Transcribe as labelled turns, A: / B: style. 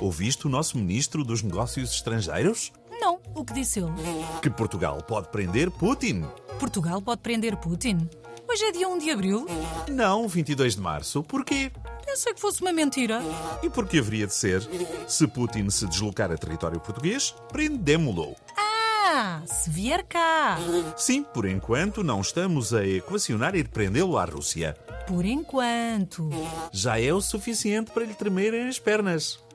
A: Ouviste o nosso ministro dos Negócios Estrangeiros?
B: Não, o que disse ele?
A: Que Portugal pode prender Putin?
B: Portugal pode prender Putin? Hoje é dia 1 de abril?
A: Não, 22 de março. Porquê?
B: Pensei que fosse uma mentira.
A: E porquê haveria de ser? Se Putin se deslocar a território português, prendemo-lo.
B: Ah, se vier cá.
A: Sim, por enquanto não estamos a equacionar ir prendê-lo à Rússia.
B: Por enquanto.
A: Já é o suficiente para lhe tremerem as pernas.